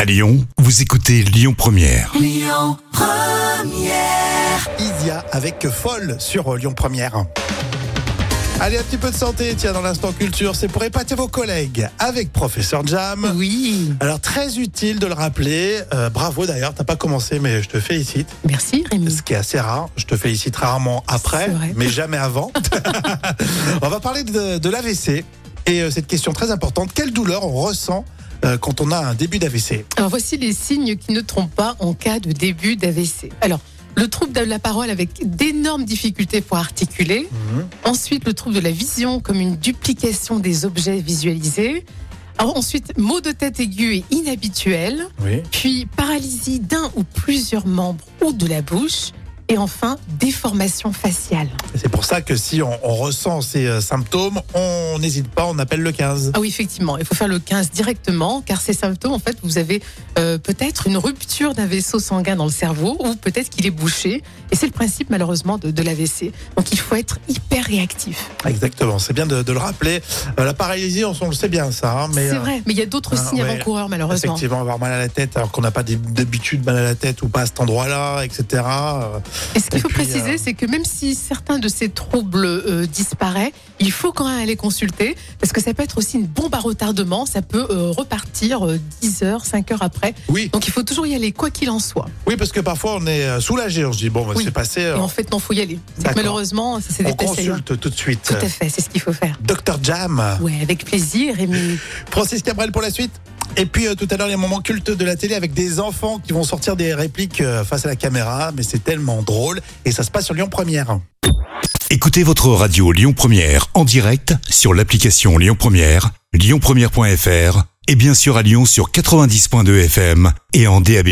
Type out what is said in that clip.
À Lyon, vous écoutez Lyon Première. Isia avec Folle sur Lyon Première. Allez, un petit peu de santé, tiens, dans l'instant culture, c'est pour épater vos collègues avec Professeur Jam. Oui, Alors, très utile de le rappeler. Euh, bravo d'ailleurs, t'as pas commencé, mais je te félicite. merci Rémi. Ce qui est assez rare. Je te félicite rarement après, C'est vrai. mais jamais avant. on va parler de, de l'AVC et euh, cette question très importante. Quelle douleur on ressent euh, quand on a un début d'AVC Alors voici les signes qui ne trompent pas en cas de début d'AVC. Alors, le trouble de la parole avec d'énormes difficultés pour articuler. Ensuite, le trouble de la vision comme une duplication des objets visualisés. Alors, ensuite, maux de tête aigus et inhabituels. Oui. Puis, paralysie d'un ou plusieurs membres ou de la bouche. Et enfin, déformation faciale. Et C'est pour ça que si on, on ressent ces euh, symptômes, on n'hésite pas, on appelle le 15. Ah oui, effectivement, il faut faire le 15 directement, car ces symptômes, en fait, vous avez euh, peut-être une rupture d'un vaisseau sanguin dans le cerveau, ou peut-être qu'il est bouché, et c'est le principe malheureusement de, de l'AVC. Donc il faut être hyper réactif. Exactement, c'est bien de, de le rappeler. Euh, la paralysie, on, on le sait bien ça, hein, mais C'est euh, vrai, mais il y a d'autres ah, signes ouais, avant-coureurs malheureusement. effectivement, avoir mal à la tête alors qu'on n'a pas d'hab- d'habitude mal à la tête ou pas à cet endroit-là, etc. Euh, Et ce qu'il Et faut puis, préciser, euh, c'est que même si certains de ces troubles euh, disparaissent, il faut quand même aller consulter, parce que ça peut être aussi une bombe à retardement, ça peut euh, repartir euh, 10 heures, 5 heures après. Oui, Donc il faut toujours y aller, quoi qu'il en soit. oui, parce que parfois on est euh, soulagé, on se dit bon, bah, Oui. c'est passé, Et euh, en fait, non, faut y aller. C'est que D'accord. Malheureusement, ça s'est on dépassé ailleurs. consulte tout de suite. Tout à fait, c'est ce qu'il faut faire. Docteur Jam, Ouais, avec plaisir, Rémi. Francis Cabrel pour la suite. Et puis euh, tout à l'heure les moments cultes de la télé avec des enfants qui vont sortir des répliques euh, face à la caméra, mais c'est tellement drôle et ça se passe sur Lyon Première. Écoutez votre radio Lyon Première en direct sur l'application Lyon Première, lyonpremière.fr et bien sûr à Lyon sur 90.2 FM et en DAB+.